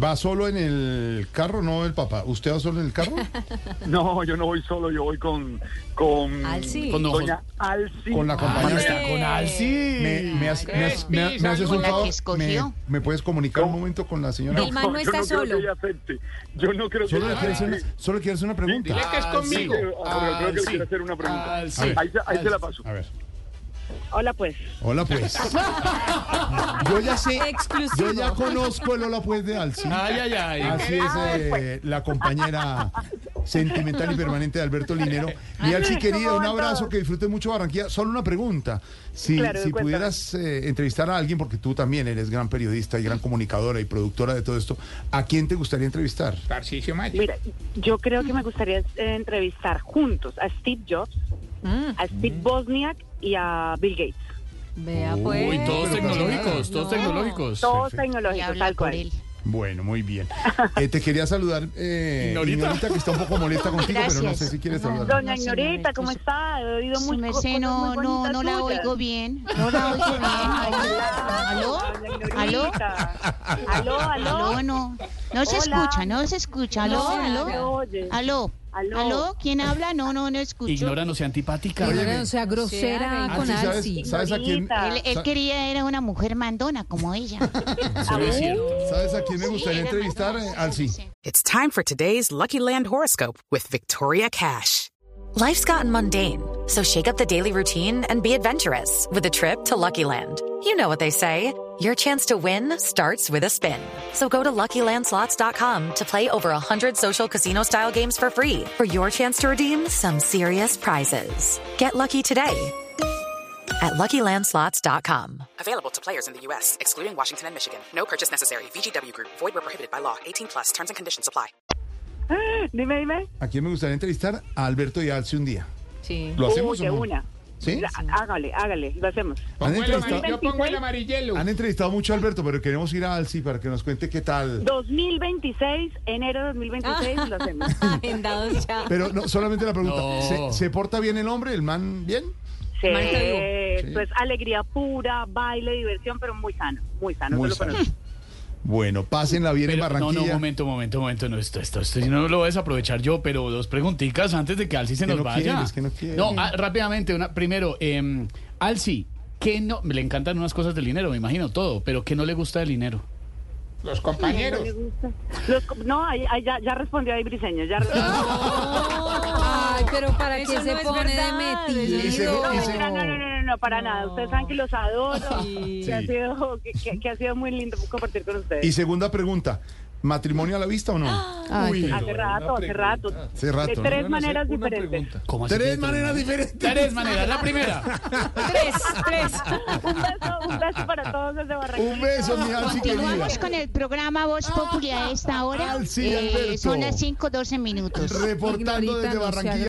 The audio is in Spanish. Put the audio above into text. ¿Va solo en el carro? No, el papá. ¿Usted va solo en el carro? No, yo no voy solo, yo voy con con Alci. con doña Alci. Ah, Con la compañera. Con Alci. Me, me, has- me has- me- me haces un Con la que favor. Me, escogió. me puedes comunicar un momento con la señora? El man no yo está no creo solo. que ella acepte. Yo no creo Solo que le quiero hacer una, solo quiero hacer una pregunta. Dile que es conmigo. Sí, Ah, pero creo que le quiero hacer una pregunta. Alci. A ver, Ahí, se- ahí se la paso. a ver. Hola, pues. Hola, pues. Yo ya sé. Exclusivo. Yo ya conozco el Hola, pues de Alci. Ay, ay, ay. Así es eh, la compañera sentimental y permanente de Alberto Linero. Y Alci, ¿cómo querida, un van abrazo, todos? que disfrutes mucho Barranquilla. Solo una pregunta. Si, Claro, si cuéntame. pudieras eh, entrevistar a alguien, porque tú también eres gran periodista y gran comunicadora y productora de todo esto, ¿a quién te gustaría entrevistar? Tarcicio Maya. Mira, yo creo que me gustaría eh, entrevistar juntos a Steve Jobs, Mm. a Steve Mm. Bosniak y a Bill Gates. Vea Uy, pues. Uy, todos Pero tecnológicos, no. todos Pues, tecnológicos. Todos Perfecto. Y tecnológicos, habla tal por cual. él. Bueno, muy bien. Eh, te quería saludar, eh, Ignorita. Ignorita, que está un poco molesta contigo, pero no Gracias. sé si quieres No. saludar. Doña No, Ignorita, señor, ¿cómo pues, está? He oído Su muy, merced, no, no, no la oigo bien. No la oigo bien. ¿Aló? ¿Aló? ¿Aló? ¿Aló? ¿Aló? ¿Aló? No, no Hola. se escucha, no se escucha. ¿Aló? No, no me ¿Aló? oyes. ¿Aló? Aló. ¿Aló? ¿Quién habla? No, no, no escucho. Ignora, no sea antipática. Óyeme, O sea, grosera Sea, con Alci, Alci. ¿sabes, ¿sabes a quién? Ignorita. Él, él quería era una mujer mandona como ella. ¿Sabes a quién me gustaría entrevistar? Eh, Alci. It's time for today's Lucky Land horoscope with Victoria Cash. Life's gotten mundane, so shake up the daily routine and be adventurous with a trip to Lucky Land. You know what they say your chance to win starts with a spin. So go to luckylandslots.com to play over 100 social casino style games for free for your chance to redeem some serious prizes. Get lucky today at luckylandslots.com. Available to players in the U.S., excluding Washington and Michigan. No purchase necessary. VGW Group. Void where prohibited by law. 18 plus. Terms and conditions apply. Dime, dime. ¿A quién me gustaría entrevistar? A Alberto y a Alci un día. Sí. ¿Lo hacemos Uy, de o no? una. ¿Sí? Hágale, hágale, lo hacemos. ¿Han Pongo el entrevistado, amar- Yo pongo el amarillelo. han entrevistado mucho a Alberto, pero queremos ir a Alci para que nos cuente qué tal. 2026, enero de 2026, lo hacemos. Agendados ya. Pero no, solamente la pregunta, No. ¿se, se porta bien el hombre, el man bien? Sí, Marta Lu. Sí. pues alegría pura, baile, diversión, pero muy sano, muy sano. Muy solo para sano. Bueno, pásenla bien en Pero- no, Barranquilla. no, momento, momento, momento. No, esto, esto, esto, si no lo voy a desaprovechar yo, pero dos preguntitas antes de que Alci se Que nos no vaya. quieres, que no quieres. ah, rápidamente, una, primero, eh, em, Alci, ¿qué no? Le encantan unas cosas del dinero, me imagino, todo, pero ¿qué no le gusta del dinero? Los compañeros. me gusta. Los co- no, ahí- ahí ya, ya respondió ahí Briseño. Ya Ah, respondió. Ay, pero para Eso qué se no es pone de verdad. metido. Ese- no, ese- mentira, no, no, no, no, no, para nada. Ustedes saben que los adoro. Que, ha Sí. sido, que, que- que ha sido muy lindo compartir con ustedes. Y segunda pregunta, ¿matrimonio a la vista o no? hace rato, hace rato. Hace rato, De ¿no? tres maneras diferentes. ¿Cómo así Tres que- maneras diferentes. Tres maneras. La primera. Tres, tres. Un beso, un beso para todos desde Barranquilla. Un beso, mi Alci querida. Continuamos con el programa Voz Populi a esta hora. eh, Alci y Alberto. son las 5.12 minutos. Reportando Ignorita, desde no sea Barranquilla.